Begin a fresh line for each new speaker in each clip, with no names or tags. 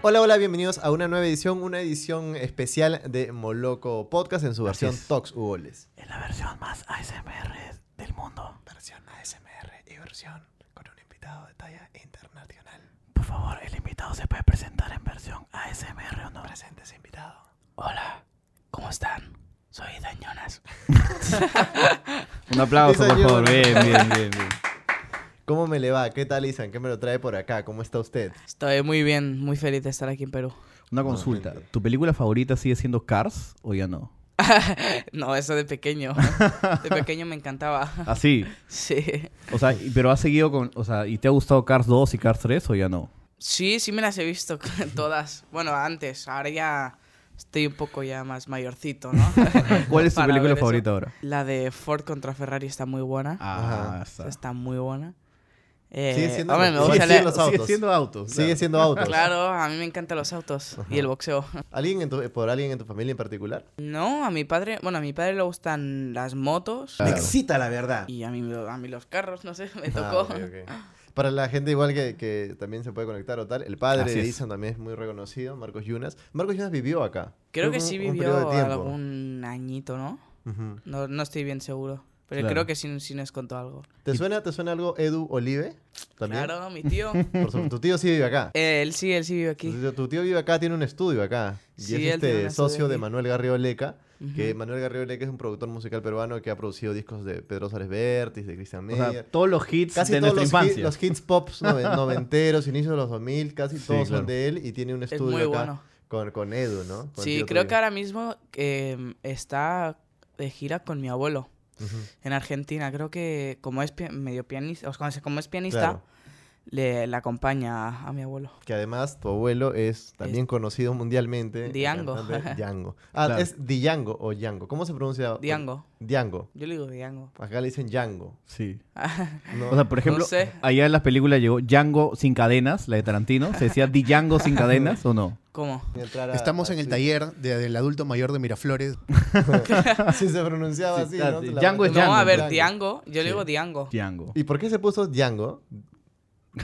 Hola, hola, bienvenidos a una nueva edición, una edición especial de Moloco Podcast en su versión
es.
Tox Uboles.
Es la versión más ASMR del mundo.
Versión ASMR y versión con un invitado de talla internacional.
Por favor, el invitado se puede presentar en versión ASMR o no. Presente ese invitado. Hola, ¿cómo están? Soy Dan Jonas.
Un aplauso,
Dice
por
yo.
favor. Bien, bien, bien, bien.
¿Cómo me le va? ¿Qué tal, Isan? ¿Qué me lo trae por acá? ¿Cómo está usted?
Estoy muy bien, muy feliz de estar aquí en Perú.
Una consulta.
gente.
¿Tu película favorita sigue siendo Cars o ya no?
No, eso de pequeño. De pequeño me encantaba.
Ah.
Así.
Sí.
Ah, O sea, y- pero has seguido con. O sea, ¿y te ha gustado Cars 2 y Cars 3 o ya no?
Sí, sí me las he visto todas. Bueno, antes, ahora ya estoy un poco ya más mayorcito, ¿no?
¿Cuál es tu
Para ver
película
eso.
favorita ahora?
La de Ford contra Ferrari está muy buena.
Ajá.
Ah, está.
Está muy buena. Eh,
Sigue siendo
hombre, me
lo-
gusta
sigue
la-
los siendo- autos.
autos.
Sigue siendo autos.
Claro, a mí me encantan los autos y el boxeo.
¿Alguien en tu- ¿Por alguien en tu familia en particular?
No, a mi padre, bueno, a mi padre le gustan las motos
Claro.
excita la verdad.
y a mí, a mí los carros, no sé, me
Ah,
tocó.
ok, ok. Para la gente igual que, que también se puede conectar o tal, el padre
Así
de
es.
Isan también es muy reconocido, Marcos Yunas. Marcos Yunas vivió acá.
Creo que
un-
sí
un periodo
vivió
de tiempo.
algún añito, ¿no?
Ujú.
No, no estoy bien seguro. Pero
Claro.
creo que sí, sí nos contó algo.
¿Te suena, ¿Te suena algo Edu Olive? También.
Claro, mi tío.
Por su- tu tío sí vive acá.
Eh, él sí, él sí vive aquí.
Tu tío- tu tío vive acá, tiene un estudio acá. Y
Sí,
es
él tiene un
este
estudio
socio de
aquí.
Manuel Garrido Leca. Que
Ujú.
Manuel Garrido Leca es un productor musical peruano que ha producido discos de Pedro Suárez Vértiz, de Cristian
O
Meyer.
sea, todos los hits
casi
de
todos
nuestra
los,
infancia.
hit- los hits pops noven- noventeros, inicios de los 2000, casi
Sí,
todos son
claro.
de él y tiene un
Es
estudio
muy
acá
bueno.
con, con Edu, ¿no? Con el
Sí,
tío
creo
tuyo.
que ahora mismo eh, está de gira con mi abuelo
Ujú.
en Argentina. Creo que como es pi- medio pianista, o sea, como es pianista,
Claro.
le, le acompaña a, a mi abuelo.
Que además tu abuelo es también conocido mundialmente. el
Django.
cantante Django. Ah,
Claro.
es Django o Django. ¿Cómo se pronuncia?
Django.
Django.
Yo le digo Django.
Acá le dicen Django.
Sí.
No.
O sea, por ejemplo,
No sé.
allá en las películas llegó Django sin cadenas, la de Tarantino. ¿Se decía Di Django sin cadenas o no?
¿Cómo?
entrar a-
Estamos
a-
en el
sí.
taller de- del adulto mayor de Miraflores.
Sí, se pronunciaba
Sí,
así.
claro,
¿no?
sí.
La-
Django es
no,
Django,
a ver, Django. Yo le digo Django.
Django.
¿Y por qué se puso Django?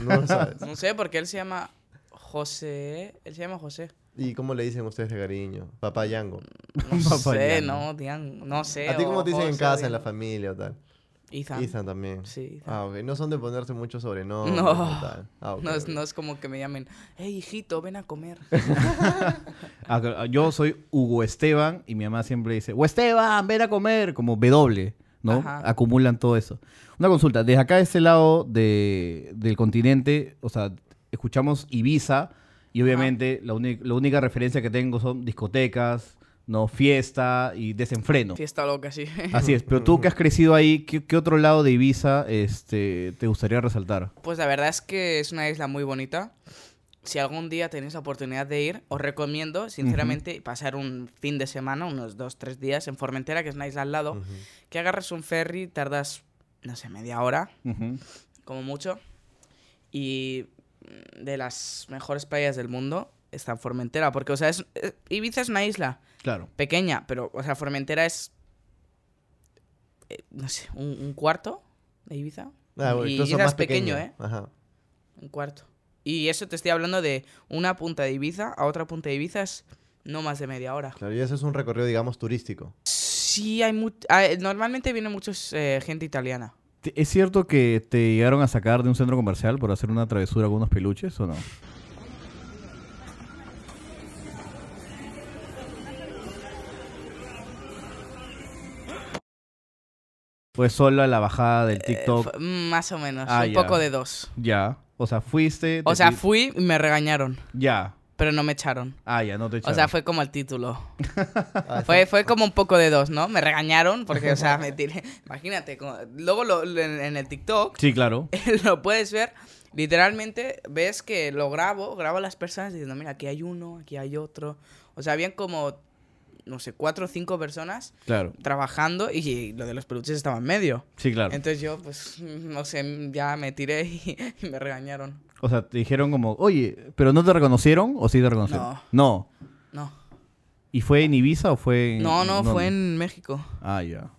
No lo sabes.
No sé, porque él se llama José. Él se llama José.
¿Y cómo le dicen ustedes de cariño? Papá Django.
No
Papá
sé,
Django.
no, Django. No sé.
¿A ti cómo
o
te dicen en
José,
casa, en la
Django.
familia o tal?
Ethan.
Ethan también.
Sí, Ethan.
Ah, ok. No son de ponerse mucho sobrenombres
No.
o tal. Ah, ok,
No es,
ok.
no es como que me llamen, hey hijito, ven a comer.
Ah, claro, Yo soy Hugo Esteban y mi mamá siempre dice, Hugo Esteban, ven a comer, como W, ¿no?
Ajá.
Acumulan todo eso. Una consulta, desde acá de este lado de- del continente, o sea, escuchamos Ibiza y obviamente la, uni- la única referencia que tengo son discotecas, ¿no? Fiesta y desenfreno.
Fiesta loca, sí.
Así es, pero tú que has crecido ahí, ¿qué, qué otro lado de Ibiza este, te gustaría resaltar?
Pues la verdad es que es una isla muy bonita. Si algún día tenéis la oportunidad de ir, os recomiendo, sinceramente, pasar un fin de semana, unos dos, tres días en Formentera, que es una isla al lado,
Ujú.
que agarras un ferry, tardas, no sé, media hora,
Ujú.
como mucho, y mm, de las mejores playas del mundo está en Formentera, porque, o sea, es, eh, Ibiza es una isla,
Claro.
pequeña, pero, o sea, Formentera es, eh, no sé, un, un cuarto de Ibiza.
Ah, bueno,
y
incluso
Ibiza
más
es pequeño, ¿eh?
Ajá.
Un cuarto. Y eso te estoy hablando de una punta de Ibiza a otra punta de Ibiza es no más de media hora.
Claro, y eso es un recorrido, digamos, turístico.
Sí, hay mu- ah, eh, Normalmente viene mucha gente italiana.
¿Te- ¿Es cierto que te llegaron a sacar de un centro comercial por hacer una travesura con unos peluches o no? Fue solo a la bajada
Eh,
del TikTok.
F- Más o menos.
Ah,
un
ya.
poco de dos.
ya. O sea, fuiste.
O
te
sea,
pi-
fui y me regañaron,
Ya.
pero no me echaron.
Ah, ya, no te
O
echaron.
sea, fue como el título.
Ah,
Fue,
está-
fue como un poco de dos, ¿no? Me regañaron porque, o sea, me tiré- Imagínate, como- luego lo- lo- en, en el TikTok
Sí, claro.
lo puedes ver. Literalmente ves que lo grabo, grabo a las personas diciendo, mira, aquí hay uno, aquí hay otro. O sea, habían como, no sé, cuatro o cinco personas
Claro.
trabajando y, lo de los peluches estaba en medio.
Sí, claro.
Entonces yo, pues, no sé, ya me tiré y, y me regañaron.
O sea, te dijeron como, oye, ¿pero no te reconocieron o sí te reconocieron?
No.
No.
No,
¿Y fue en Ibiza o fue en.?
no, no,
dónde?
fue en México.
Ah, ya.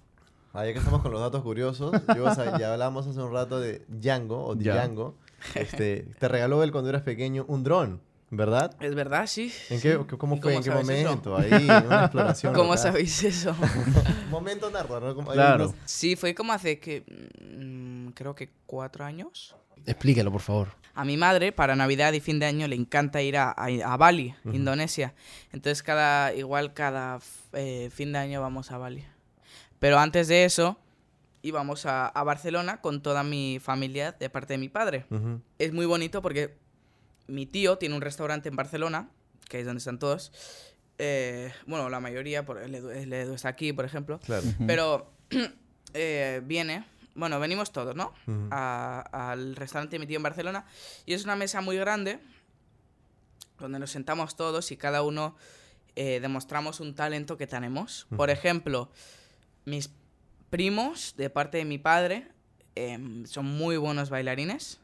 Ah, ya que estamos con los datos curiosos, yo, o sea, ya hablábamos hace un rato de Django o
Ya.
Django. Este, te regaló él cuando eras pequeño un dron. ¿verdad?
Es verdad, sí.
¿En qué, ¿Cómo
¿Y
fue?
cómo
¿En qué
sabes eso?
momento? Ahí, una exploración.
¿Cómo
local.
sabéis eso?
Momento nardo, ¿no? Como- hay
Claro.
unos-
sí, fue como hace que. mm, creo que cuatro años.
Explícalo, por favor.
A mi madre, para Navidad y fin de año, le encanta ir a, a- a Bali, Indonesia. Entonces, cada, igual cada eh, fin de año vamos a Bali. Pero antes de eso, íbamos a, a Barcelona con toda mi familia de parte de mi padre.
Ujú.
Es muy bonito porque mi tío tiene un restaurante en Barcelona, que es donde están todos. Eh, bueno, la mayoría, por, el, Edu, el Edu está aquí, por ejemplo.
Claro.
Pero eh, viene, bueno, venimos todos, ¿no?
Ujú.
A- al restaurante de mi tío en Barcelona. Y es una mesa muy grande donde nos sentamos todos y cada uno eh, demostramos un talento que tenemos. Por ejemplo, mis primos, de parte de mi padre, em, son muy buenos bailarines.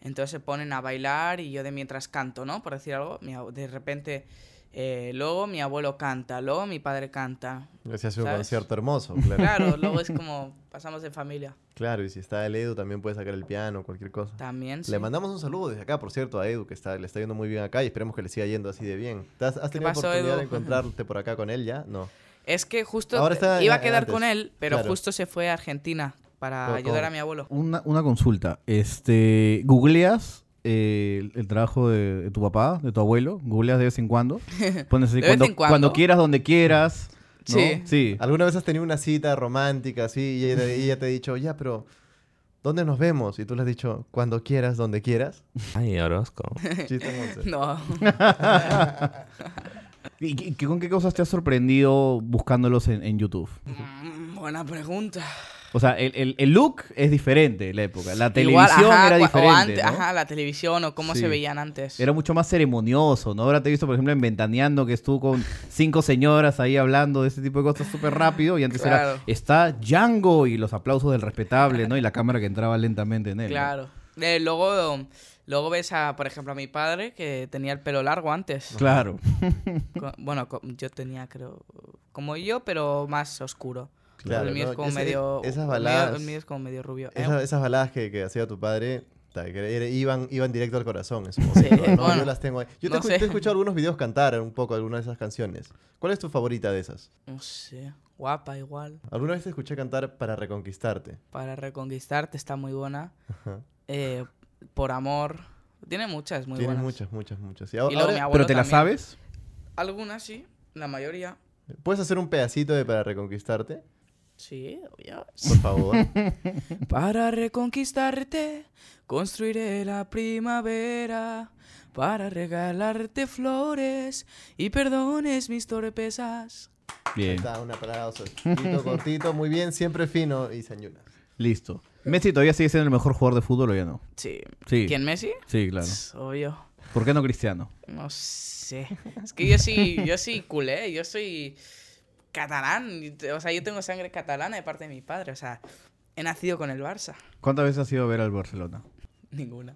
Entonces se ponen a bailar y yo de mientras canto, ¿no? Por decir algo, mi ab- de repente, eh, luego mi abuelo canta, luego mi padre canta.
Se hace un
¿Sabes?
concierto hermoso, claro.
Claro, luego es como pasamos de familia.
Claro, y si está el Edu también puede sacar el piano, cualquier cosa.
También. sí.
Le mandamos un saludo desde acá, por cierto, a Edu, que está, le está yendo muy bien acá y esperemos que le siga yendo así de bien. ¿Te ¿Has, has tenido
pasó,
oportunidad de
Edu?
encontrarte por acá con él ya? No.
Es que justo
Ahora está
iba a
en-
quedar
antes,
con él, pero
claro.
justo se fue a Argentina para
Por-
ayudar a
con-
mi abuelo.
Una, una consulta. Este, ¿Googleas eh, el, el trabajo de, de tu papá, de tu abuelo? ¿Googleas de vez en cuando? Pones así
De vez
cuando,
en cuando.
cuando quieras, donde quieras. ¿no?
Sí.
¿Alguna vez has tenido una cita romántica así y ella, y ella te ha dicho, ya, pero ¿dónde nos vemos? Y tú le has dicho, cuando quieras, donde quieras.
Ay, Orozco.
Chiste, Monse.
No,
¿Y, qué- qué- con qué cosas te has sorprendido buscándolos en, en YouTube?
Mm, buena pregunta.
O sea, el, el- el look es diferente en la época. La
Igual,
televisión
ajá,
era
cua- o
diferente.
antes-
¿no?
Ajá, la televisión o cómo
Sí.
se veían antes.
Era mucho más ceremonioso, ¿no? Ahora te he visto, por ejemplo, en Ventaneando, que estuvo con cinco señoras ahí hablando de ese tipo de cosas súper rápido. Y antes
Claro.
era, está Django y los aplausos del respetable, ¿no? Y la cámara que entraba lentamente en él. ¿no?
Claro. Eh, luego, luego ves a, por ejemplo, a mi padre que tenía el pelo largo antes.
Claro.
Co- bueno, co- yo tenía, creo, como yo, pero más oscuro.
Claro,
el mío
¿no?
es como
Ese-
medio.
esas
el mío-
baladas-
El mío, es como medio rubio. Eh,
Esa- esas baladas que, que hacía tu padre. ta, que era- iban, iban directo al corazón en su
Sí,
momento, ¿no?
bueno,
Yo las tengo ahí. Yo te,
no
escu-
sé.
te he escuchado algunos videos cantar un poco algunas de esas canciones. ¿Cuál es tu favorita de esas?
No sé. Guapa igual.
Alguna vez te escuché cantar para reconquistarte.
Para reconquistarte está muy buena.
Ajá.
Eh, por amor. Tiene muchas muy
Tienes
buenas.
muchas, muchas, muchas. Y
Y luego
ahora-
mi abuelo
¿Pero te la
también.
sabes?
Algunas sí, la mayoría.
¿Puedes hacer un pedacito de para reconquistarte?
Sí, obvio.
Por favor.
Para reconquistarte, construiré la primavera. Para regalarte flores y perdones mis torpezas.
Ahí
Bien.
Está, un aplauso. Chiquito, cortito, muy bien, siempre fino y señunas.
Listo. ¿Messi todavía sigue siendo el mejor jugador de fútbol o ya no?
Sí.
Sí.
¿Quién Messi?
Sí, claro.
Pss, Obvio.
¿Por qué no Cristiano?
No sé. Es que yo sí, yo sí culé, yo soy catalán. y te- O sea, yo tengo sangre catalana de parte de mi padre. O sea, he nacido con el Barça.
¿Cuántas veces has ido a ver al Barcelona?
Ninguna.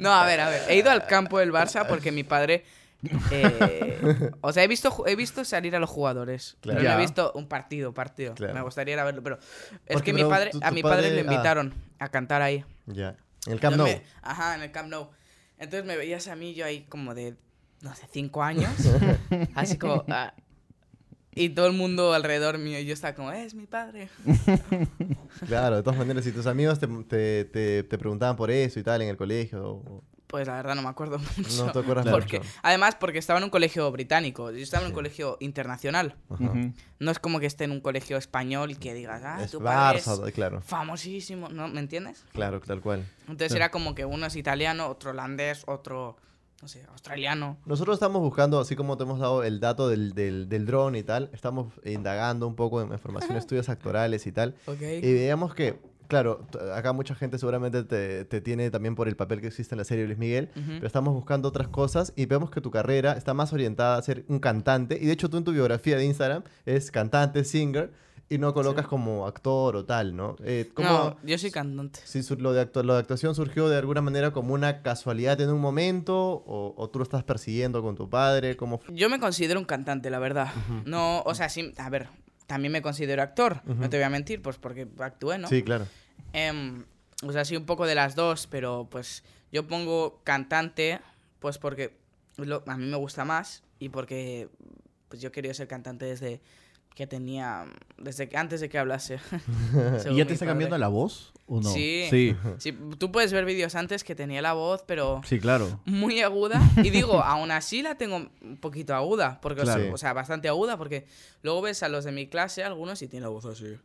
no, a ver, a ver. He ido al campo del Barça porque mi padre. eh, o sea, he visto, ju- he visto salir a los jugadores.
Claro.
Pero no
Ya.
he visto un partido, partido.
Claro.
Me gustaría ir a verlo, pero. Es
Porque,
que mi
pero,
padre,
tu-
a
tu
mi padre,
padre-
le
ah.
invitaron a cantar ahí.
Ya. En el Camp
Yo
Nou.
me- ajá, en el Camp Nou. Entonces me veías a mí yo ahí como de, no sé, cinco años. así como... ah, y todo el mundo alrededor mío, y yo estaba como, "Eh, es mi padre.
Claro, de todas maneras, si tus amigos te, te, te- te preguntaban por eso y tal en el colegio. o- o-
Pues la verdad no me acuerdo mucho.
No te acuerdas
porque,
mucho.
Además, porque estaba en un colegio británico, yo estaba en un colegio internacional.
Ajá.
Ujú.
No es como que esté en un colegio español y que digas, ah,
Es
tu padre
Barça, claro.
es famosísimo, ¿no? ¿Me entiendes?
Claro, tal cual.
Entonces era como que uno es italiano, otro holandés, otro, no sé, australiano.
Nosotros estamos buscando, así como te hemos dado el dato del, del, del dron y tal, estamos indagando un poco en información, estudios actorales y tal.
Ok.
Y veíamos que, claro, t- acá mucha gente seguramente te, te tiene también por el papel que existe en la serie Luis Miguel,
Ujú.
pero estamos buscando otras cosas y vemos que tu carrera está más orientada a ser un cantante. Y de hecho tú en tu biografía de Instagram es cantante, singer, y no colocas como actor o tal, ¿no? Eh, ¿cómo-
No, yo soy cantante.
Si su- lo, de actu- lo de actuación surgió de alguna manera como una casualidad en un momento, o, o tú lo estás persiguiendo con tu padre, ¿cómo fue?
Yo me considero un cantante, la verdad. No, o sea, sí, a ver, también me considero actor, no te voy a mentir, pues porque actué, ¿no?
Sí, claro.
Em, O sea, sí, un poco de las dos, pero pues yo pongo cantante, pues porque lo- a mí me gusta más y porque pues yo quería ser cantante desde que tenía, desde que- antes de que hablase.
¿Y ya te está cambiando la voz o no?
Sí.
Sí,
Sí, tú puedes ver vídeos antes que tenía la voz, pero
sí, claro.
muy aguda. Y digo, aún así la tengo un poquito aguda. Porque, o sea,
Claro.
o sea, bastante aguda, porque luego ves a los de mi clase, algunos, y tienen la voz así.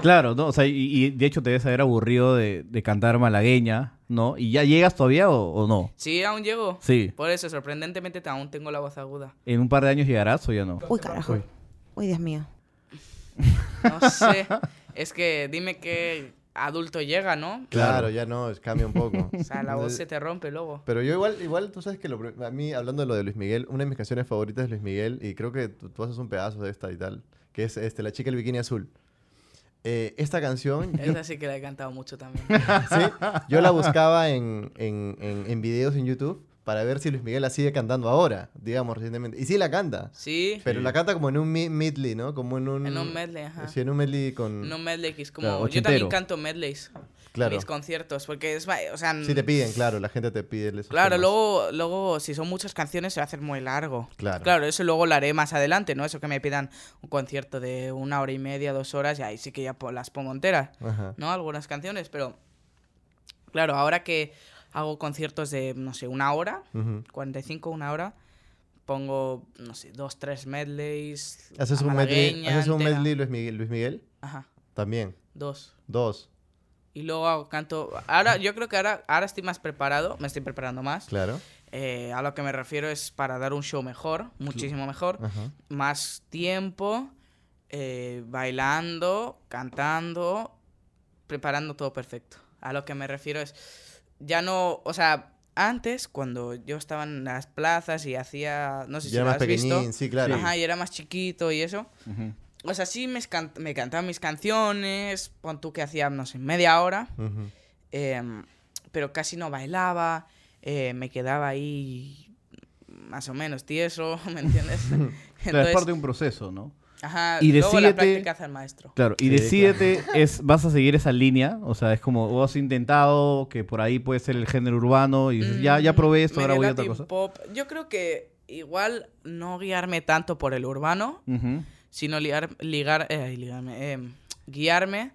Claro, ¿no? O sea, y, y de hecho te debes haber aburrido de, de cantar malagueña, ¿no? ¿Y ya llegas todavía o, o no?
Sí, aún llego.
Sí.
Por eso, sorprendentemente, aún tengo la voz aguda.
¿En un par de años llegarás o ya no?
Uy, carajo.
Uy.
Uy, Dios mío.
No sé. es que dime qué adulto llega, ¿no?
Claro, ya no, es- cambia un poco.
O sea, la voz se te rompe luego.
Pero yo igual, igual tú sabes que lo prim- a mí, hablando de lo de Luis Miguel, una de mis canciones favoritas de Luis Miguel, y creo que tú, tú haces un pedazo de esta y tal, que es este, La chica del bikini azul. Eh, esta canción, yo,
Esa sí que la he cantado mucho también.
sí, yo la buscaba en, en- en- en videos en YouTube para ver si Luis Miguel la sigue cantando ahora, digamos, recientemente. Y sí la canta,
Sí,
pero la canta como en un mi- medley, ¿no? Como en un...
en un medley, ajá.
Sí, en un medley con...
En un medley que es como...
Claro,
yo
ochentero.
también canto medleys en
claro.
mis conciertos, porque es... va- O sea,
Si te piden, claro, la gente te pide esos
Claro,
temas.
luego, luego si son muchas canciones se va a hacer muy largo.
Claro.
eso luego lo haré más adelante, ¿no? Eso que me pidan un concierto de una hora y media, dos horas, y ahí sí que ya po- las pongo enteras,
Ajá.
¿no? Algunas canciones, pero claro, ahora que hago conciertos de, no sé, una hora,
Ujú.
45, una hora, pongo, no sé, dos, tres medleys.
¿Haces
la
un medley,
malagueña
¿haces un
entera.
medley Luis Miguel? Luis Miguel?
Ajá,
También.
dos.
Dos,
Y luego hago canto. Ahora, yo creo que ahora, ahora estoy más preparado, me estoy preparando más.
claro.
Eh, a lo que me refiero es para dar un show mejor, muchísimo mejor,
Ajá.
más tiempo, eh, bailando, cantando, preparando todo perfecto. A lo que me refiero es, ya no, o sea, antes cuando yo estaba en las plazas y hacía, no sé
Ya
si
era
lo
más
has visto,
pequeñín, sí, claro.
ajá, y era más chiquito y eso,
Ujú.
o sea, sí me, escan- me cantaban mis canciones, pon tú que hacía, no sé, media hora,
Ujú.
em, pero casi no bailaba, eh, me quedaba ahí más o menos tieso, ¿me entiendes?
Claro, es parte de un proceso, ¿no?
ajá,
y
luego la
decídete-
práctica hace el maestro.
Claro, y
Sí,
decídete, es, vas a seguir esa línea, o sea, es como vos has intentado que por ahí puede ser el género urbano y dices, ya, ya probé esto,
Mm,
ahora
medio
voy a otra
Latin
cosa.
pop. Yo creo que igual no guiarme tanto por el urbano,
Ujú.
sino ligar, ligar, eh, ligarme, em, guiarme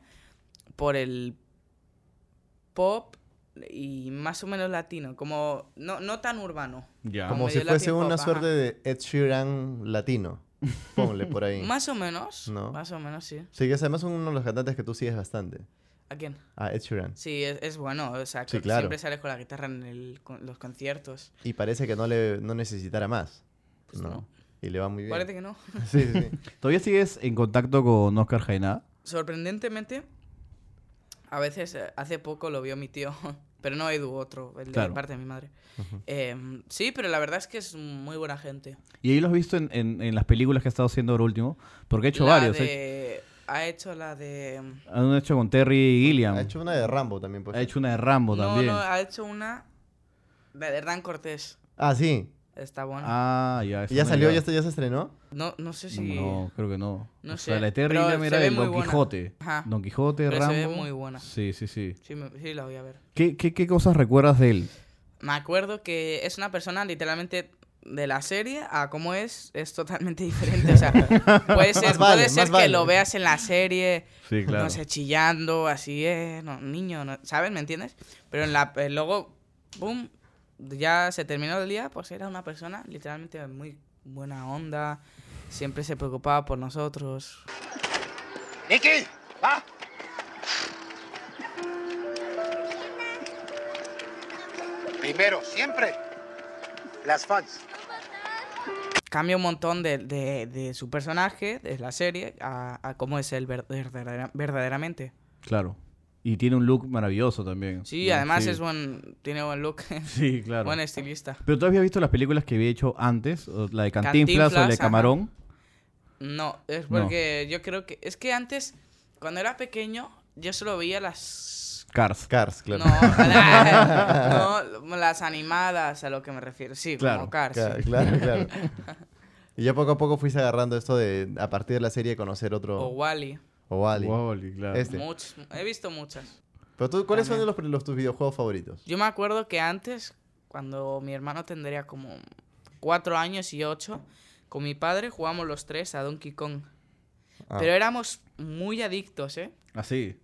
por el pop y más o menos latino, como no, no tan urbano.
Ya.
Como
medio
si fuese
Latin pop,
una
ajá.
suerte de Ed Sheeran latino. Ponle por ahí.
Más o menos.
No.
Más o menos, sí.
Sí, que es además uno de los cantantes que tú sigues bastante.
¿A quién?
Ah, Ed Sheeran.
Sí, es, es bueno. O sea,
Sí,
que
claro.
siempre sales con la guitarra en el- con los conciertos.
Y parece que no le no necesitará más.
Pues
no.
no.
Y le va muy bien.
Parece que no.
Sí, sí, sí.
¿Todavía sigues en contacto con Oscar Jaina?
Sorprendentemente, a veces, eh, hace poco lo vio mi tío, pero no Edu, otro, el de
Claro.
parte de mi madre. Eh, sí, pero la verdad es que es muy buena gente.
Y ahí lo has visto en, en- en las películas que ha estado haciendo ahora último, porque ha hecho
La
varios. ¿eh?
de- Ha hecho la de...
Han hecho con Terry Gilliam.
Ha hecho una de Rambo también, pues.
una de Rambo
no,
también.
no, ah. ha hecho una la de Hernán Cortés.
Ah, sí.
Está buena.
Ah, ya. esa
¿Y ya
no
salió?
era.
¿Ya, está- ya se estrenó?
No, no sé si...
No, creo que no.
No
o sea,
sé,
la de Terry
pero
Gilliam
se
era
ve
el
muy
Don
buena.
Quijote.
Ajá.
Don Quijote,
Pero se
Rambo.
ve muy buena.
Sí, sí, sí.
Sí, me- sí, la voy a ver.
¿Qué, qué, qué cosas recuerdas de él?
Me acuerdo que es una persona literalmente de la serie a cómo es, es totalmente diferente. O sea, puede ser,
Más vale,
puede
más
ser
vale.
que lo veas en la serie,
Sí,
no sé, chillando, así es, no, niño, no- ¿sabes? ¿Me entiendes? Pero en la, eh, luego, boom, ya se terminó el día, pues era una persona literalmente muy buena onda, siempre se preocupaba por nosotros.
Nicky, va. Primero, siempre, las fans.
Cambia un montón de, de- de su personaje, de la serie, a, a cómo es él ver- verdadera- verdaderamente.
Claro. Y tiene un look maravilloso también.
Sí,
¿no?
además
Sí.
es buen, tiene buen look,
Sí, claro.
buen estilista.
Pero tú habías visto las películas que había hecho antes, O la de Cantinflas, o la
Cantinflas,
de
ajá.
Camarón.
No, es
No.
porque yo creo que es que antes cuando era pequeño yo solo veía las
Cars.
Cars, claro.
no, la- no, las animadas a lo que me refiero, sí,
Claro,
como Cars. sí.
Ca- Claro, claro. Y ya poco a poco fuiste agarrando esto de, a partir de la serie, conocer otro.
O Wally.
O Wally.
Wall-E, claro.
Este.
He visto muchas.
Pero tú, ¿cuáles son
También.
los, los- tus videojuegos favoritos?
Yo me acuerdo que antes, cuando mi hermano tendría como cuatro años y ocho, con mi padre jugábamos los tres a Donkey Kong.
Ah.
Pero éramos muy adictos, ¿eh?
Así.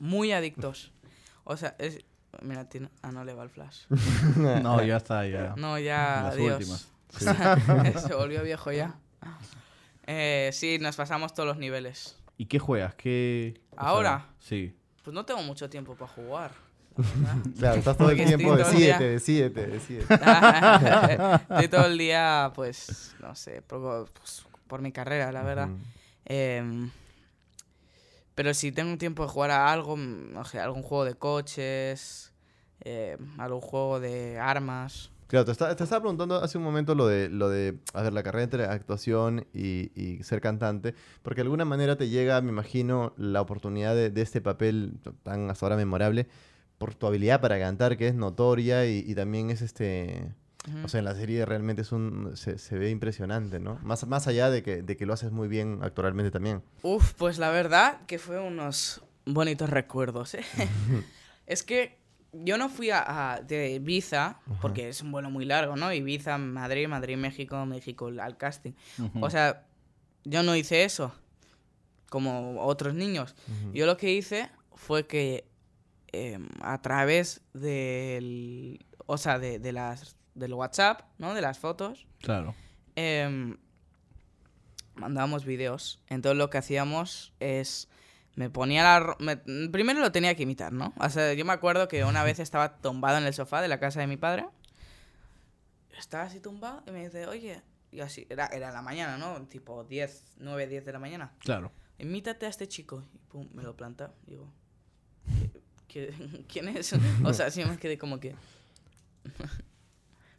Muy adictos. O sea, es... Mira, tiene- ah, no le va el flash.
No, ya está, ya.
No, ya,
Las
adiós.
últimas.
Se volvió viejo ya. Eh, sí, nos pasamos todos los niveles.
¿Y qué juegas? ¿Qué. o sea,
¿Ahora?
sí.
Pues no tengo mucho tiempo para jugar. la
Claro, estás todo el
Porque estoy
tiempo,
todo el día.
decídete, decídete, decídete.
verdad. Estoy todo el día, pues, no sé, por, pues, por mi carrera, la verdad.
Ujú.
Em, pero si tengo tiempo de jugar a algo, mm, no sé, algún juego de coches, em, algún juego de armas.
Claro, te, está- te estaba preguntando hace un momento lo de, lo de, a ver, la carrera entre actuación y, y ser cantante, porque de alguna manera te llega, me imagino, la oportunidad de, de este papel tan hasta ahora memorable por tu habilidad para cantar, que es notoria y, y también es este...
Ujú.
O sea, en la serie realmente es un, se, se ve impresionante, ¿no? Más, más allá de que, de que lo haces muy bien actualmente también.
Uf, pues la verdad que fue unos bonitos recuerdos. ¿eh? es que yo no fui a, a- de Ibiza, porque es un vuelo muy largo, ¿no? Ibiza, Madrid, Madrid, México, México al casting. O sea, yo no hice eso, como otros niños. Yo lo que hice fue que em, a través del, o sea, de, de las, del WhatsApp, ¿no? De las fotos,
Claro.
em, mandábamos vídeos. Entonces lo que hacíamos es. Me ponía la. ro- me- primero lo tenía que imitar, ¿no? O sea, yo me acuerdo que una vez estaba tumbado en el sofá de la casa de mi padre. Estaba así tumbado y me dice, oye. Y así, era, era la mañana, ¿no? Tipo 10, 9, 10 de la mañana.
Claro.
Imítate a este chico. Y pum, me lo planta. Digo, ¿qué- qué- ¿quién es? O sea, sí me quedé como que.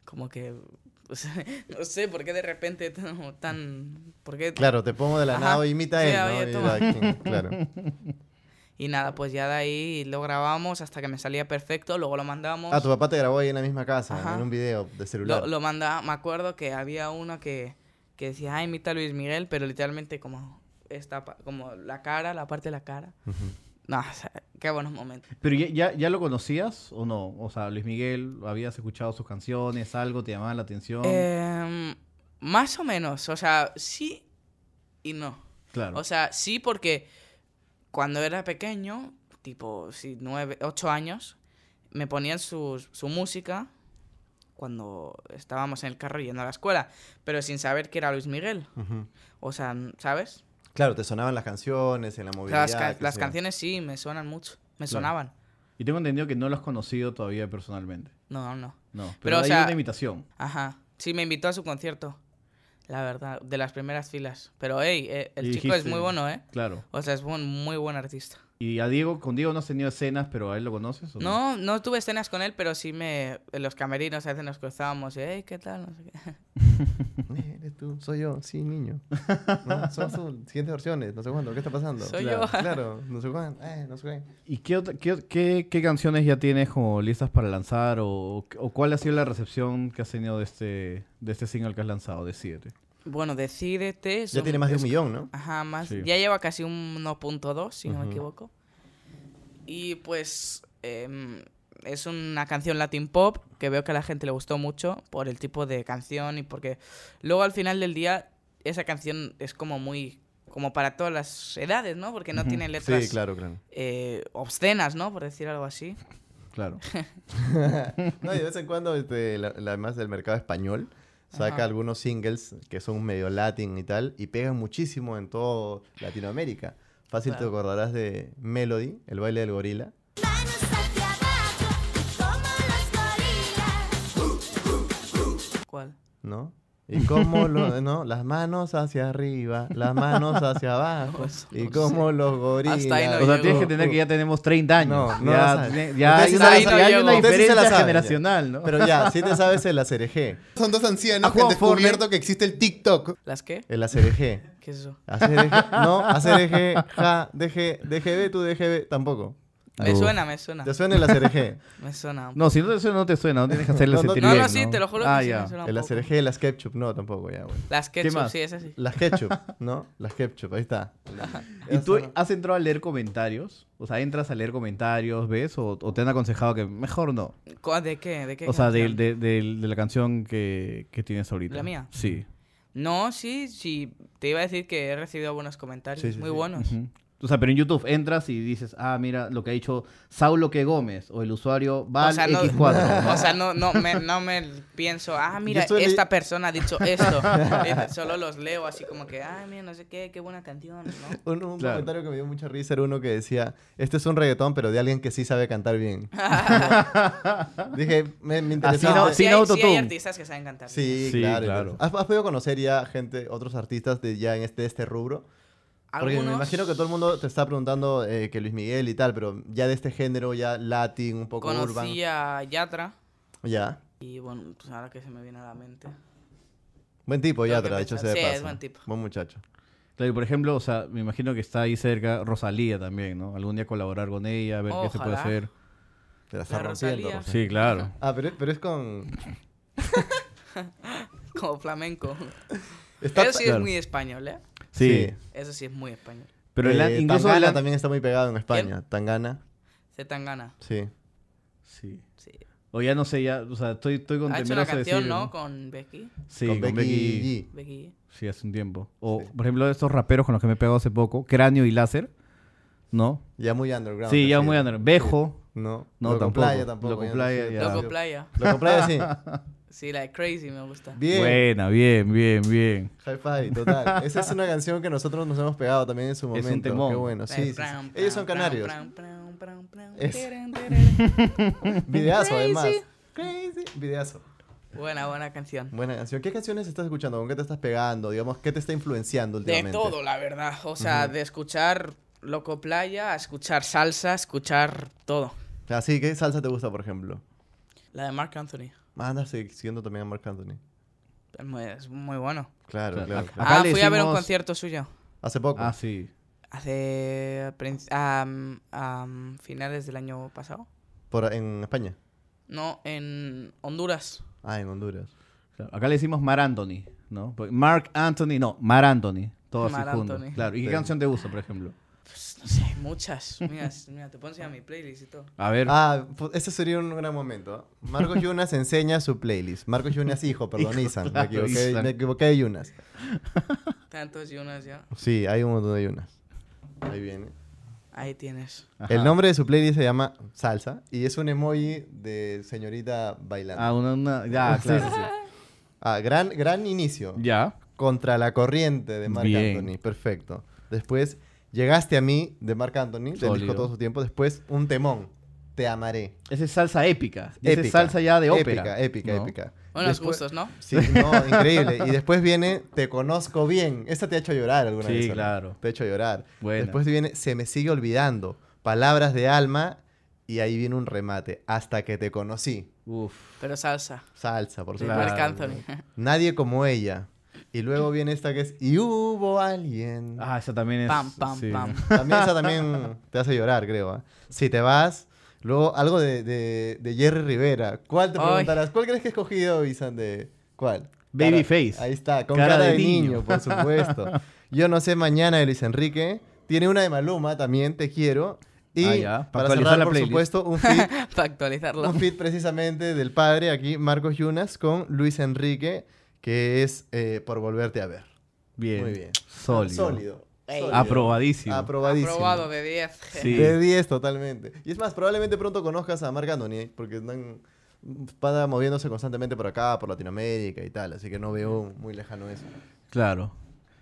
Como que. o sea, no sé por qué de repente tan. tan- ¿por qué?
Claro, te pongo de la
Ajá.
nada y imita a
Sí,
él,
oye,
¿no? Y
toma.
da quien- claro.
Y nada, pues ya de ahí lo grabamos hasta que me salía perfecto. Luego lo mandamos.
Ah, tu papá te grabó ahí en la misma casa,
Ajá.
en un video de celular.
Lo, lo manda, me acuerdo que había uno que, que decía, ah, imita a Luis Miguel, pero literalmente como, esta, pa- como la cara, la parte de la cara. No, o sea, qué buenos momentos.
Pero ya, ya, ya lo conocías o no? O sea, Luis Miguel, ¿habías escuchado sus canciones? ¿Algo te llamaba la atención?
Em, más o menos, o sea, sí y no.
claro.
O sea, sí porque cuando era pequeño, tipo, sí, nueve, ocho años, me ponían sus- su música cuando estábamos en el carro yendo a la escuela, pero sin saber que era Luis Miguel.
Ujú.
O sea, ¿sabes?
Claro, te sonaban las canciones en la movilidad.
Las, ca-
qué
las
sé yo.
canciones sí, me suenan mucho. Me
Claro.
sonaban.
y tengo entendido que no lo has conocido todavía personalmente.
No, no.
No. Pero,
Pero, o
hay
sea-
una imitación.
Ajá. Sí, me invitó a su concierto. La verdad, de las primeras filas. Pero, hey, eh, el
Y
chico es
dijiste-
muy bueno, ¿eh?
Claro.
O sea, es un muy buen artista.
¿Y a Diego, con Diego no has tenido escenas, pero a él lo conoces? o
No, no tuve escenas con él, pero sí me... En los camerinos a veces nos cruzábamos y, hey, ¿qué tal? No sé qué.
Eres tú, soy yo, sí, niño. No, son sus siguientes versiones, no sé cuándo, ¿qué está pasando?
Soy
claro,
yo.
Claro, no sé cuándo, eh, no sé cuándo.
¿Y qué, otra- qué, qué, qué canciones ya tienes como listas para lanzar? O, o cuál ha sido la recepción que has tenido de este, de este single que has lanzado, de 7?
Bueno, Decídete. es
Ya
un-
tiene más de un
es-
millón, ¿no?
Ajá, más...
Sí.
Ya lleva casi un 1.2, si no me
Ujú.
equivoco. Y pues... em, es una canción Latin Pop que veo que a la gente le gustó mucho por el tipo de canción y porque luego al final del día esa canción es como muy... Como para todas las edades, ¿no? Porque no tiene letras
Sí, claro, claro.
eh, obscenas, ¿no? Por decir algo así.
Claro.
No, y de vez en cuando, este, la- la- además del mercado español, saca
Ajá.
algunos singles que son medio latin y tal, y pegan muchísimo en todo Latinoamérica. Fácil te
Claro.
acordarás de Melody, el baile del gorila.
Manos hacia abajo, como los gorilas.
¿Cuál?
¿no? Y cómo lo, ¿no? Las manos hacia arriba, las manos hacia abajo.
No,
y
no
cómo los gorilas.
Hasta ahí no
O sea,
Diego.
tienes que entender que ya tenemos 30 años.
No, no la
ya
sabes.
tiene- ya hay
Ustedes sí
una,
se la
ya hay
saben.
una
Ustedes sí se la
diferencia
saben, ya.
generacional, ¿no?
Pero ya, si te sabes el ACRG.
Son dos ancianos
¿Ha
que han
jugado Fortnite?
descubierto que existe el TikTok.
¿Las qué?
El ACRG.
¿Qué es eso?
ACRG. No, ACRG, ja, DG, DGB, tu DGB, tampoco.
Me
Uh.
suena, me suena.
Te suena el ACRG.
Me suena.
No, si no te suena, no te suena. No tienes que hacerle
No, no,
sentir
no,
bien,
no, sí, te lo juro que
Ah,
sí me
ya.
suena.
El
Tampoco.
ACRG, las ketchup, no, tampoco, ya, güey.
Las ketchup,
más?
sí, esas sí.
Las ketchup, ¿no? Las ketchup, ahí está.
¿Y tú has entrado a leer comentarios? O sea, entras a leer comentarios, ¿ves? ¿O, o te han aconsejado que mejor no?
¿Cu- ¿De qué? ¿De qué?
O sea, de,
canción?
de- de- de la canción que, que tienes ahorita.
¿La mía?
Sí.
No, sí, sí. Te iba a decir que he recibido buenos comentarios,
Sí, sí,
muy
sí.
buenos.
Ujú. O sea, pero en YouTube entras y dices, ah, mira lo que ha dicho Saulo que Gómez o el usuario Val
O sea, no,
X4. ¿no?
o sea, no, no me, no me pienso, ah, mira,
estuve ley-
esta persona ha dicho esto. Solo los leo así como que, ah, mira, no sé qué, qué buena canción, ¿no?
Un, un
Claro.
comentario que me dio mucha risa era uno que decía, este es un reggaetón, pero de alguien que sí sabe cantar bien. Dije, me, me
Así
interesa.
no- sin
sí, hay, sí hay
autotune.
artistas que saben cantar.
Sí,
Sí,
claro.
claro.
entonces. ¿Has, has podido conocer ya gente, otros artistas de ya en este, este rubro? Porque me
Algunos-
imagino que todo el mundo te está preguntando eh, que Luis Miguel y tal, pero ya de este género, ya latin, un poco urban.
Conocí a Yatra
Ya.
y bueno, pues ahora que se me viene a la mente.
Buen tipo,
Tengo
ya,
que
de hecho sea
pensar.
de
Sí, es
paso.
buen tipo.
Buen muchacho.
Claro, y por ejemplo, o sea, me imagino que está ahí cerca Rosalía también, ¿no? Algún día colaborar con ella, a ver qué se puede
Ojalá.
hacer.
Te la está
La
rompiendo.
Rosalía.
Rosa.
Sí, claro.
Ah, pero, pero es con...
Como flamenco.
Está-
Eso sí
Claro.
es muy español, ¿eh?
Sí.
Sí.
Eso sí es muy español.
Pero el,
Eh,
incluso el-
Tangana también está muy pegado en España. Tangana,
Se tan gana.
sí.
Sí.
Sí.
O ya no sé, ya, o sea, estoy, estoy con
Ha hecho
temeroso
una
de
canción,
decir-
¿no? Con Becky.
Sí,
con, Becky G.
Becky.
Sí, hace un tiempo. O, por ejemplo, estos raperos con los que me he pegado hace poco, Cráneo y Láser, ¿no?
Ya muy underground.
Sí,
te
ya
sigo.
muy under. Bejo.
No,
No,
Loco
tampoco.
Playa tampoco.
Loco
ya no
Playa,
sé.
ya.
Loco Playa.
Loco Playa, sí.
Sí, la de Crazy me gusta.
Bien.
Buena, bien, bien, bien.
High five, total. Esa es una canción que nosotros nos hemos pegado también en su
un
momento.
temón.
Qué bueno. Sí, sí, sí.
Pram,
Ellos son
pram,
canarios.
pram, pram, pram, pram,
Es-
terem, terem.
Videazo, además.
Crazy.
Crazy. Videazo.
Buena, buena canción.
Buena canción. ¿Qué canciones estás escuchando? ¿Con qué te estás pegando? Digamos, ¿qué te está influenciando
De
últimamente?
todo, la verdad. O sea, de escuchar Loco Playa a escuchar salsa, a escuchar todo.
Así, ¿qué salsa te gusta, por ejemplo? Ah,
La de Mark Anthony.
Anda siguiendo también a Mark Anthony.
Es muy, es muy bueno.
Claro,
Claro,
claro.
acá-
claro.
Ah,
le
fui a ver un
decimos-
concierto suyo.
Hace poco.
Ah, sí.
Hace princ- am- am, finales del año pasado.
Por, en España.
No, en Honduras.
Ah, en Honduras.
Claro, Acá le decimos Mar Anthony, ¿no? Porque Mark Anthony, no, Mar Anthony. Todo así
Mar
junto.
Anthony.
Claro. ¿Y qué
Sí.
canción te gusta, por ejemplo?
Pues, no sé, hay muchas. Mira, s- mira, te pones a mi playlist y todo.
A ver.
Ah, pu- ese sería un gran momento. ¿eh? Marcos Yunas enseña su playlist. Marcos Yunas hijo, perdón, Isan. Me
claro,
equivoqué,
Isan.
me equivoqué de Yunas.
Tantos y unas ya.
Sí, hay un montón de Yunas. Ahí viene.
Ahí tienes.
Ajá.
El nombre de su playlist se llama Salsa y es un emoji de señorita bailando.
Ah,
Ah,
una, una- Ya,
Sí,
claro.
sí, gran, gran inicio.
Ya.
Contra la corriente de Marc
Bien.
Anthony. Perfecto. Después, Llegaste a mí de Marc Anthony, del
Sólido.
disco todo su tiempo. Después, un temón. Te amaré.
Esa es salsa épica. Y Esa es
Épica.
salsa ya de ópera.
Épica, épica,
¿no?
épica.
Buenos
Después-
gustos, ¿no?
Sí, no, increíble. Y después viene Te conozco bien. Esta te ha hecho llorar alguna
Sí,
vez. ¿o no?
claro.
Te ha hecho llorar.
Buena.
Después viene Se me sigue olvidando. Palabras de alma. Y ahí viene un remate. Hasta que te conocí.
Uf.
Pero salsa.
Salsa, por
De
supuesto.
Marc Anthony.
Nadie como ella. Y luego viene esta que es Y hubo alguien.
Ah, esa también es.
Pam, pam,
sí.
pam.
También esa también te hace llorar, creo. ¿ah? Si te vas. Luego algo de, de- de Jerry Rivera. ¿Cuál te
Ay.
preguntarás? ¿Cuál crees que he escogido, Isan? De... ¿Cuál?
Babyface.
Cara- Ahí está, con cara,
Cara
de,
de
niño,
niño.
por supuesto. Yo no sé mañana de Luis Enrique. Tiene una de Maluma también, te quiero. Y
Ah, ya, para
para,
actualizar
cerrar,
la
por
playlist.
supuesto, un feed,
Para actualizarlo.
un feed precisamente del padre aquí, Marcos Yunas, con Luis Enrique, que es eh, Por Volverte a Ver.
Bien.
Muy bien.
Sólido.
Sólido.
Ey.
Sólido.
Aprobadísimo.
Aprobadísimo.
Aprobado de 10.
Sí.
De 10 totalmente. Y es más, probablemente pronto conozcas a Marc Anthony, ¿eh? porque están para moviéndose constantemente por acá, por Latinoamérica y tal, así que no veo muy lejano eso.
Claro.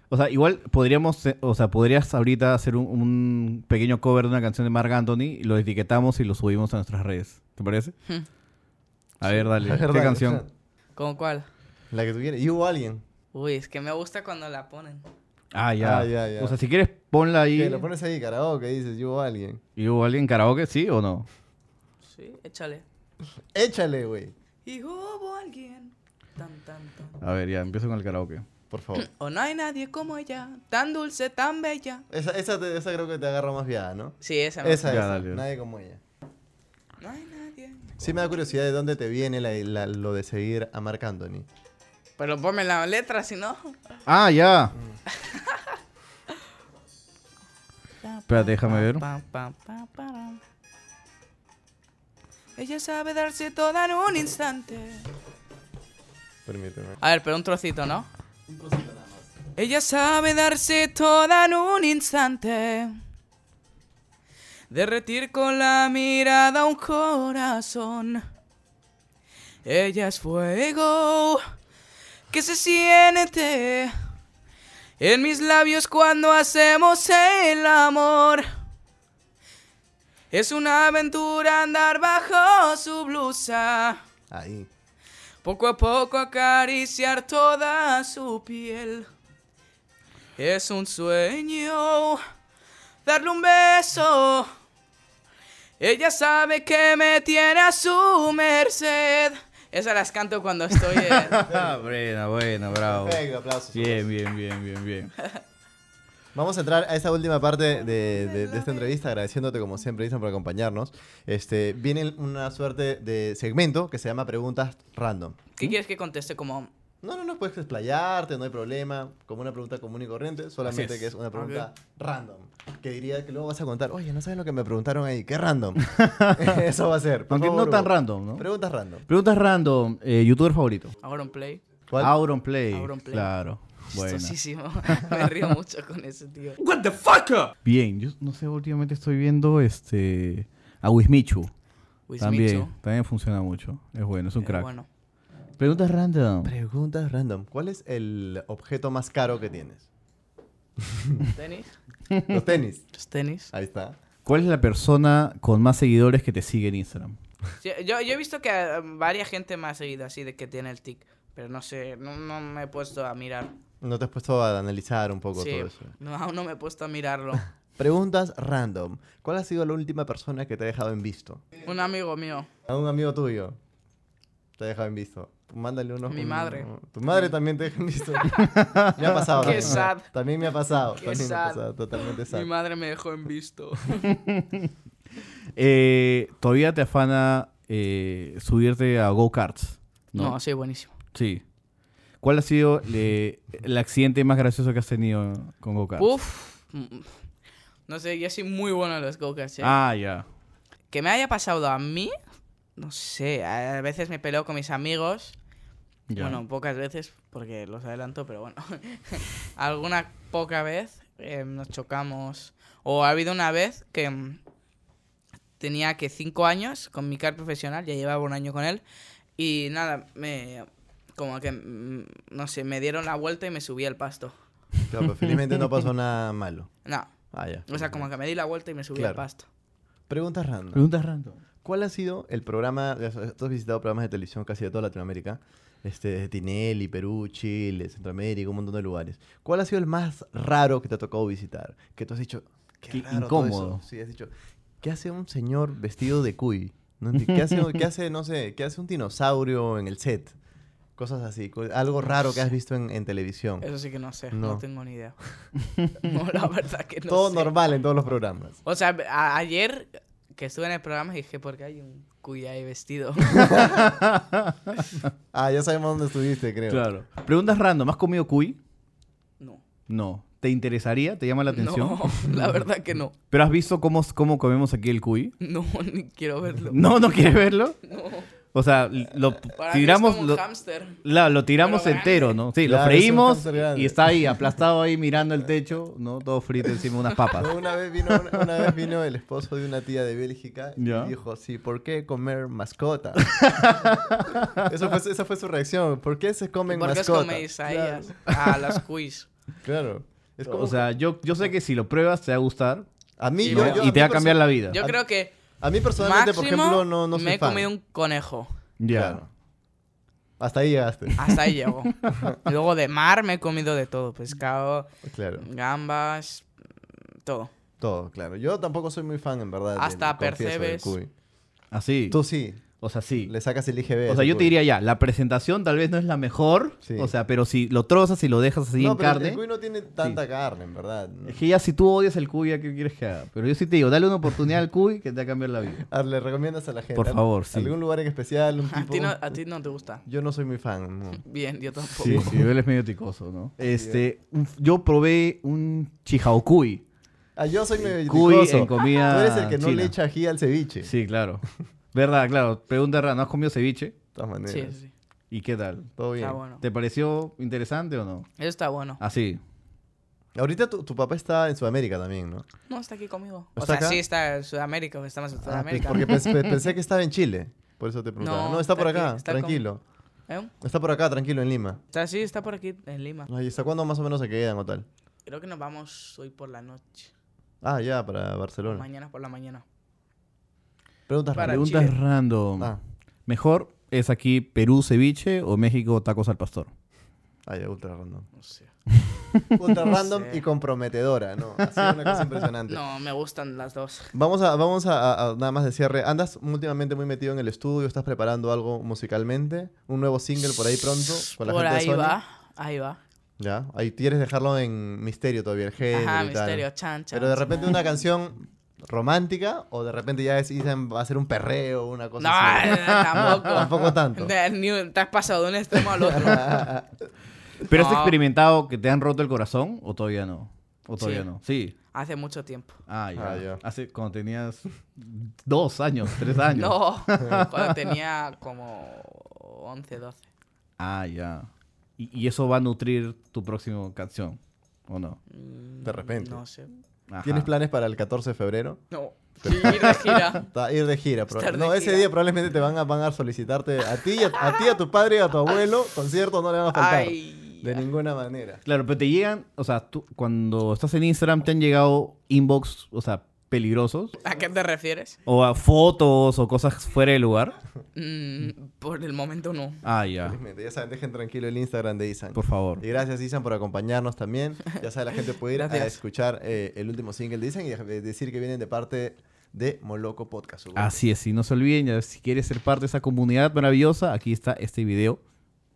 O sea, igual podríamos, eh, o sea, podrías ahorita hacer un, un pequeño cover de una canción de Marc Anthony, lo etiquetamos y lo subimos a nuestras redes. ¿Te parece?
Hmm.
A ver, dale.
La
¿Qué
verdad, o
canción?
sea,
¿Con cuál?
La que tú quieres. Y hubo alguien.
Uy, es que me gusta cuando la ponen.
Ah ya.
Ah, ya, ya.
O sea, si quieres ponla ahí.
Que lo pones ahí, karaoke, dices, yo a alguien.
¿Y hubo alguien karaoke? ¿Sí o no?
Sí, échale.
Échale, güey.
Y hubo alguien. Tan, tan, tan.
A ver, ya, empiezo con el karaoke.
por favor.
O no hay nadie como ella, tan dulce, tan bella.
Esa, esa, te- esa creo que te agarra más viada, ¿no?
Sí, esa. me-
Esa,
Ya,
esa.
dale.
Nadie como ella.
No hay nadie.
Sí me da curiosidad de dónde te viene la- la- lo de seguir a Marc Anthony.
Pero ponme la letra, si no.
Ah, ya. Espérate, déjame ver.
Pam, pam, pam, param. Ella sabe darse toda en un instante.
Permíteme.
A ver, pero un trocito, ¿no? Un trocito nada más. Ella sabe darse toda en un instante. Derretir con la mirada un corazón. Ella es fuego que se siente en mis labios cuando hacemos el amor. Es una aventura andar bajo su blusa.
Ahí.
Poco a poco acariciar toda su piel. Es un sueño darle un beso. Ella sabe que me tiene a su merced. Esas las canto cuando estoy en...
Ah, buena, buena, bravo.
Perfecto, aplausos.
Bien, bien, bien, bien, bien.
Vamos a entrar a esta última parte de, de- de esta entrevista, agradeciéndote como siempre, dicen por acompañarnos. Este, viene una suerte de segmento que se llama Preguntas Random.
¿Qué quieres que conteste como...
No, no, no puedes explayarte, no hay problema. Como una pregunta común y corriente, solamente
es.
que es una pregunta random. Que diría que luego vas a contar, oye, no sabes lo que me preguntaron ahí, qué random. Eso va a ser. por
Aunque
favor,
no tan
Hugo.
random, ¿no?
Preguntas random.
Preguntas random, eh, youtuber favorito.
Auron Play?
¿Cuál?
Auron Play.
Auron Play.
Claro. Bueno.
Chistosísimo. me río mucho con ese tío.
Bien, yo no sé, últimamente estoy viendo este a Wismichu.
With me
También,
too.
también funciona mucho. Es bueno, es un
Eh,
crack.
bueno.
Preguntas random.
Preguntas random. ¿Cuál es el objeto más caro que tienes?
¿Tenis?
Los tenis.
Los tenis.
Ahí está.
¿Cuál es la persona con más seguidores que te sigue en Instagram?
Sí, yo, yo he visto que eh, varias gente me ha seguido así de que tiene el tic, pero no sé, no, no me he puesto a mirar.
No te has puesto a analizar un poco
Sí,
todo eso.
no, aún no me he puesto a mirarlo.
Preguntas random. ¿Cuál ha sido la última persona que te ha dejado en visto?
Un amigo mío.
A un amigo tuyo. Te ha dejado en visto. Mándale unos.
Mi
un-
madre.
Tu madre también te deja en visto. me ha pasado.
Qué
también.
sad.
También me ha pasado.
Qué
también me ha
sad.
pasado. Totalmente sad.
Mi madre me dejó en visto.
Eh, Todavía te afana eh, subirte a go-karts.
No,
No.
soy buenísimo.
Sí. ¿Cuál ha sido le- el accidente más gracioso que has tenido con go-karts?
Uf. mm, No sé, yo soy muy bueno en los go-karts. ¿eh?
Ah, ya.
Que me haya pasado a mí, no sé, a veces me peleo con mis amigos.
ya.
Bueno, pocas veces, porque los adelanto, pero bueno. Alguna poca vez eh, nos chocamos. O ha habido una vez que mm, tenía que cinco años con mi car profesional, ya llevaba un año con él. Y nada, me. Como que, mm, no sé, me dieron la vuelta y me subí al pasto.
Claro, pero felizmente no pasó nada malo.
No,
Ah, ya.
o sea, como que me di la vuelta y me subí al
Claro.
pasto.
Preguntas random.
Preguntas random.
¿Cuál ha sido el programa? Tú has visitado programas de televisión casi de toda Latinoamérica. Este, desde Tinelli, Perú, Chile, Centroamérica, un montón de lugares. ¿Cuál ha sido el más raro que te ha tocado visitar? Que tú has dicho, qué,
Qué
raro todo
incómodo.
eso. Sí, has dicho, ¿qué hace un señor vestido de cuy? No enti- ¿Qué hace, qué hace, no sé, qué hace un dinosaurio en el set? Cosas así, cu- algo raro que has visto en, en televisión.
Eso sí que no sé, no,
No.
tengo ni idea. no, la verdad que no
todo
sé.
normal en todos los programas.
O sea, a- ayer que estuve en el programa dije, ¿por qué hay un cuya ahí vestido?
Ah, ya sabemos dónde estuviste, creo.
Claro. Preguntas random. ¿Has comido cuy?
No.
No. ¿Te interesaría? ¿Te llama la atención?
No, la verdad que no.
¿Pero has visto cómo, cómo comemos aquí el cuy?
No, ni quiero verlo.
No, no quieres verlo.
No.
O sea, lo
Eh, Para mí
tiramos,
es como
lo,
un hámster.
la- lo tiramos
Pero grande.
entero, ¿no? Sí,
Claro,
lo
es un
freímos
hámster grande.
y está ahí aplastado ahí mirando el techo, ¿no? Todo frito encima de unas papas.
No, Una vez, vino, una, una vez vino el esposo de una tía de Bélgica
Ya.
y dijo, sí, ¿por qué comer mascota? Eso fue, su- esa fue su reacción. ¿Por qué se comen
¿Por qué os
mascota?
coméis a ellas? A Ah, las cuis.
Claro. Es como,
O sea, yo, yo sé que si lo pruebas te va a gustar
a mí,
¿no?
yo- yo-
y
a
te
mí
va a cambiar
perso-
la vida.
Yo
A-
creo que
A mí personalmente,
máximo
por ejemplo, no, no soy
me he
fan.
comido un conejo.
Ya.
Claro. Hasta ahí llegaste.
Hasta ahí llego. Luego de mar me he comido de todo. Pescado,
Claro.
gambas, todo.
Todo, claro. Yo tampoco soy muy fan, en verdad. del-
Hasta
confieso, del
percebes.
cuy.
Así.
Tú sí.
O sea, sí.
Le sacas el IGB.
O sea, yo te diría ya, la presentación tal vez no es la mejor.
Sí.
O sea, pero si lo trozas y lo dejas así
no,
en
pero el-
carne.
El cuy no tiene tanta carne, en verdad. ¿no?
Es que ya si tú odias el cuy, ¿ya qué quieres que haga? Pero yo sí te digo, dale una oportunidad al cuy que te va a cambiar la vida.
Ah, le recomiendas a la gente.
Por
¿al-
favor, sí.
¿Algún lugar en especial? Un
A
tipo?
ti, no, a ti no te gusta.
Yo no soy muy fan. no.
Bien, yo tampoco.
Sí, sí, él es medio ticoso, ¿no? Este, un- yo probé un chijaocuy.
Ah, yo soy medio
Cuy
ticoso.
en comida
Tú eres el que no
china.
le echa ají al ceviche.
Sí, claro. Verdad, claro. Pregunta rara, ¿no has comido ceviche?
De todas maneras.
Sí, sí, sí.
¿Y qué tal?
Todo bien.
Está bueno.
¿Te pareció interesante o no?
Eso está bueno.
Ah.
Así.
Ahorita tu, tu papá está en Sudamérica también, ¿no?
No, está aquí conmigo. O
¿Está
sea,
acá?
sí está en Sudamérica, porque estamos en
Ah, pe-
Sudamérica.
porque pens- pe- pensé que estaba en Chile. Por eso te preguntaba. No,
No,
está por
está aquí,
acá,
está con-
tranquilo.
¿Eh?
Está por acá, tranquilo, en Lima.
Está, sí, está por aquí, en Lima.
Ay, ¿Hasta cuándo más o menos se quedan o tal?
Creo que nos vamos hoy por la noche.
Ah, ya, para Barcelona.
Mañana por la mañana.
Preguntas
Para
rápidas.
Preguntas
Chile.
random.
Ah,
¿Mejor es aquí Perú ceviche o México tacos al pastor?
ah, ya, ultra random.
No sé.
Ultra random
sé.
y comprometedora, ¿no? Ha sido una cosa impresionante.
No, me gustan las dos.
Vamos, a, vamos a, a- a nada más de cierre. ¿Andas últimamente muy metido en el estudio? ¿Estás preparando algo musicalmente? ¿Un nuevo single por ahí pronto? Con la
por
gente de
ahí
Sony?
va, ahí va.
Ya, ahí quieres dejarlo en misterio todavía, el género
Ajá,
y tal.
misterio, chan, chan.
Pero de
chan.
repente una canción romántica o de repente ya es Ethan va a ser un perreo una cosa
No, eh.
así.
no, tampoco.
Tampoco tanto.
De- ni- te has pasado de un extremo al otro.
¿Pero has
No.
experimentado que te han roto el corazón o todavía no? ¿O todavía
Sí.
no? Sí.
Hace mucho tiempo.
Ah, ya.
Ah, ya.
Hace, cuando tenías dos años, tres años.
No, cuando tenía como 11, 12.
Ah, ya. Y, y eso va a nutrir tu próxima canción, ¿o no?
De repente.
No sé.
Ajá.
¿Tienes planes para el 14 de febrero?
No, ir de gira.
Ta- Ir de gira. proba-
Estar de
no, ese
gira.
día probablemente te van a, van a solicitarte a ti, y a, a ti, a tu padre y a tu abuelo. Concierto no le van a faltar.
Ay.
De ninguna manera.
Claro, pero te llegan, o sea, tú, cuando estás en Instagram te han llegado inbox, o sea, peligrosos,
¿A qué te refieres?
o a fotos o cosas fuera de lugar.
Mm, por el momento no.
Ah, ya.
Felizmente, Ya saben, dejen tranquilo el Instagram de Isan.
Por favor.
Y gracias, Isan, por acompañarnos también. Ya saben, la gente puede ir a
Gracias.
escuchar eh, el último single de Isan y de- decir que vienen de parte de Moloco Podcast. su web.
Así es, y no se olviden, ya, si quieres ser parte de esa comunidad maravillosa, aquí está este video.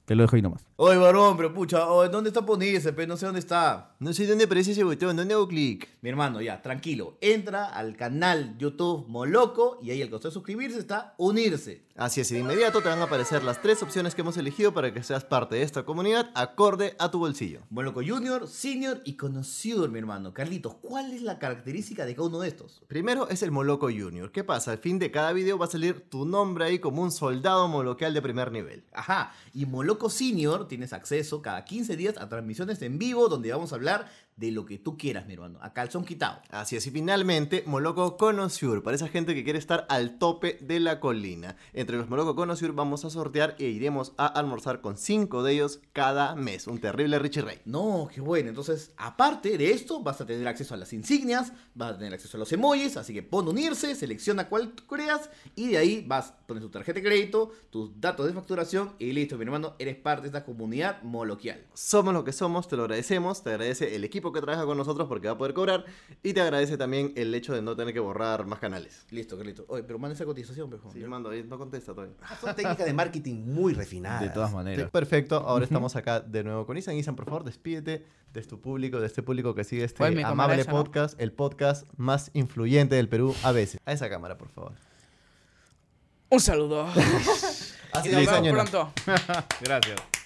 Te lo dejo ahí nomás.
Oye, varón, pero pucha, oye, ¿dónde está Ponirse? Pero no sé dónde está.
No sé dónde aparece ese botón, ¿dónde hago clic?
Mi hermano, ya, tranquilo. Entra al canal YouTube Moloco y ahí al costado de suscribirse está unirse.
Así es, y de inmediato te van a aparecer las tres opciones que hemos elegido para que seas parte de esta comunidad acorde a tu bolsillo.
Moloco Junior, Senior y Conocido, mi hermano. Carlitos, ¿cuál es la característica de cada uno de estos?
Primero es el Moloco Junior. ¿Qué pasa? Al fin de cada video va a salir tu nombre ahí como un soldado moloquial de primer nivel.
Ajá, y Moloco Senior tienes acceso cada 15 días a transmisiones en vivo donde vamos a hablar de lo que tú quieras, mi hermano. A calzón quitado.
Así es, y finalmente, Moloco Conosur, para esa gente que quiere estar al tope de la colina. Entre los Moloco Conosur vamos a sortear e iremos a almorzar con cinco de ellos cada mes. Un terrible Richie Ray.
No, qué bueno. Entonces, aparte de esto, vas a tener acceso a las insignias, vas a tener acceso a los emojis, así que pon unirse, selecciona cuál tú creas y de ahí vas, pones tu tarjeta de crédito, tus datos de facturación y listo, mi hermano, eres parte de esta comunidad moloquial.
Somos lo que somos, te lo agradecemos, te agradece el equipo que trabaja con nosotros porque va a poder cobrar y te agradece también el hecho de no tener que borrar más canales.
Listo, Carlito. Oye, pero manda esa cotización, por favor.
Sí, mando, ahí no contesta todavía. Ah,
Son técnicas de marketing muy refinadas.
De todas maneras.
Perfecto, ahora estamos acá de nuevo con Isan. Isan, por favor, despídete de tu público, de este público que sigue este
Pues mi cámara
amable
esa, ¿no?
podcast, el podcast más influyente del Perú a veces. A esa cámara, por favor.
Un saludo.
Así
y nos vemos pronto.
Gracias.